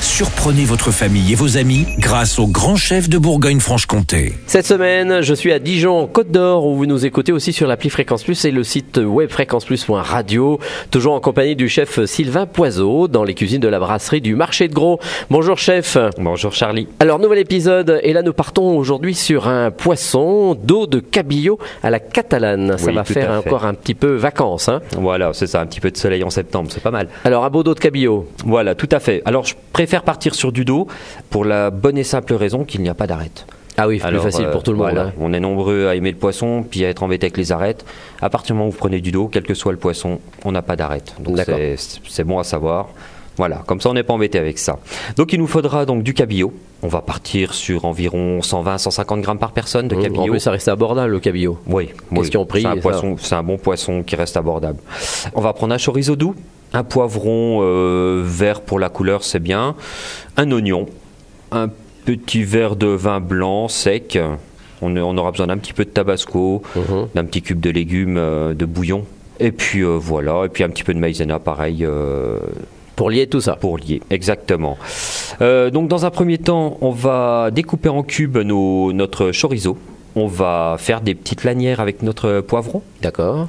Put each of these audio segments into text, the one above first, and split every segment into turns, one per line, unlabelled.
Surprenez votre famille et vos amis grâce au grand chef de Bourgogne-Franche-Comté.
Cette semaine, je suis à Dijon, en Côte d'Or, où vous nous écoutez aussi sur l'appli Fréquence Plus et le site web fréquenceplus.radio, toujours en compagnie du chef Sylvain Poiseau dans les cuisines de la brasserie du marché de gros. Bonjour chef.
Bonjour Charlie.
Alors, nouvel épisode, et là nous partons aujourd'hui sur un poisson d'eau de cabillaud à la catalane. Ça
Oui,
va
tout
faire
à fait.
encore un petit peu vacances. Hein
Voilà, c'est ça, un petit peu de soleil en septembre, c'est pas mal.
Alors, un beau dos de cabillaud.
Voilà, tout à fait. Alors je préfère partir sur du dos pour la bonne et simple raison qu'il n'y a pas d'arête.
Ah oui, plus
Alors,
facile
euh,
pour tout le monde.
voilà,
hein.
On est nombreux à aimer le poisson, puis à être embêté avec les arêtes. À partir du moment où vous prenez du dos, quel que soit le poisson, on n'a pas d'arête. Donc
D'accord.
c'est- c'est bon à savoir. Voilà, comme ça on n'est pas embêté avec ça. Donc il nous faudra donc du cabillaud. On va partir sur environ 120-150 grammes par personne de
Mmh, En
cabillaud.
plus, ça reste abordable le cabillaud.
Oui, oui.
Question prix,
C'est un,
ça.
poisson- c'est un bon poisson qui reste abordable. On va prendre un chorizo doux, un poivron euh, vert pour la couleur, c'est bien, un oignon, un petit verre de vin blanc sec. On, on aura besoin d'un petit peu de tabasco, d'un petit cube de légumes, euh, de bouillon. Et puis euh, voilà, et puis un petit peu de maïzena, pareil, euh,
Pour lier tout ça.
pour lier, exactement. Euh, donc dans un premier temps, on va découper en cubes nos- notre chorizo. On va faire des petites lanières avec notre poivron.
D'accord.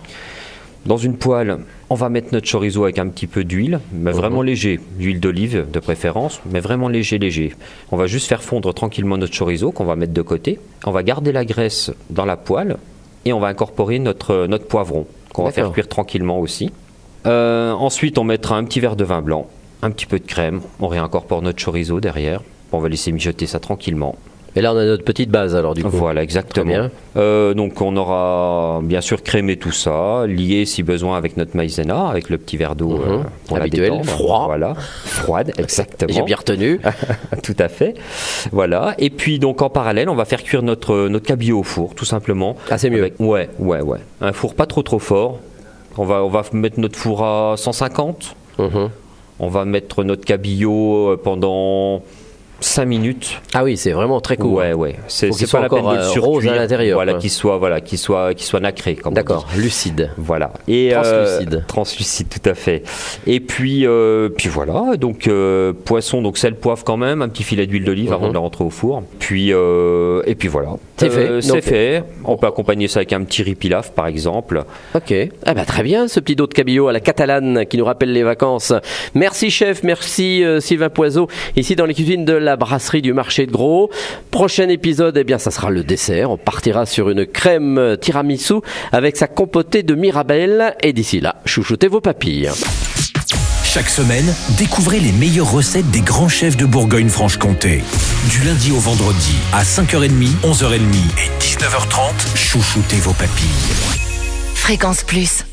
Dans une poêle, on va mettre notre chorizo avec un petit peu d'huile, mais vraiment léger, d'huile d'olive de préférence, mais vraiment léger, léger. On va juste faire fondre tranquillement notre chorizo qu'on va mettre de côté. On va garder la graisse dans la poêle et on va incorporer notre, notre poivron qu'on va faire
D'accord.
cuire tranquillement aussi. Euh, ensuite, on mettra un petit verre de vin blanc, un petit peu de crème. On réincorpore notre chorizo derrière. On va laisser mijoter ça tranquillement.
Et là, on a notre petite base, alors, du coup.
Voilà, exactement.
Très bien.
Euh, donc on aura bien sûr crémé tout ça, lié si besoin avec notre maïzena, avec le petit verre d'eau
Mhm.
euh, pour la
Habituel,
détendre.
froid.
Voilà, froide, exactement.
J'ai bien retenu.
tout à fait. Voilà. Et puis donc en parallèle, on va faire cuire notre notre cabillaud au four, tout simplement.
Ah, c'est mieux.
Avec- ouais, ouais, ouais. Un four pas trop trop fort. On va on va mettre notre four à 150.
Mhm.
On va mettre notre cabillaud euh, pendant 5 minutes.
Ah oui, c'est vraiment très cool.
Ouais, ouais. C'est
Faut qu'il
c'est
soit
pas la peine
encore,
de le
euh,
surcuire.
rose à l'intérieur,
Voilà,
quoi.
qu'il soit, voilà, qu'il soit, qu'il soit nacré. comme on
D'accord,
dit.
lucide.
Voilà. Et euh,
Translucide.
translucide, tout à fait. Et puis, euh, puis voilà. Donc euh, poisson, donc sel, poivre quand même, un petit filet d'huile d'olive avant
Mhm.
de la rentrer au four. Puis euh, et puis voilà.
C'est fait. Donc-
Euh, C'est fait. On peut accompagner ça avec un petit riz pilaf, par exemple.
Ok. Ah bah très bien, ce petit dos de cabillaud à la catalane qui nous rappelle les vacances. Merci chef, merci euh, Sylvain Poiseau, ici dans les cuisines de la brasserie du marché de Gros. Prochain épisode, eh bien ça sera le dessert. On partira sur une crème euh, tiramisu avec sa compotée de mirabelle. Et d'ici là, chouchoutez vos papilles.
Chaque semaine, découvrez les meilleures recettes des grands chefs de Bourgogne-Franche-Comté. Du lundi au vendredi, à 5h30, 11h30 et 19h30, chouchoutez vos papilles.
Fréquence Plus.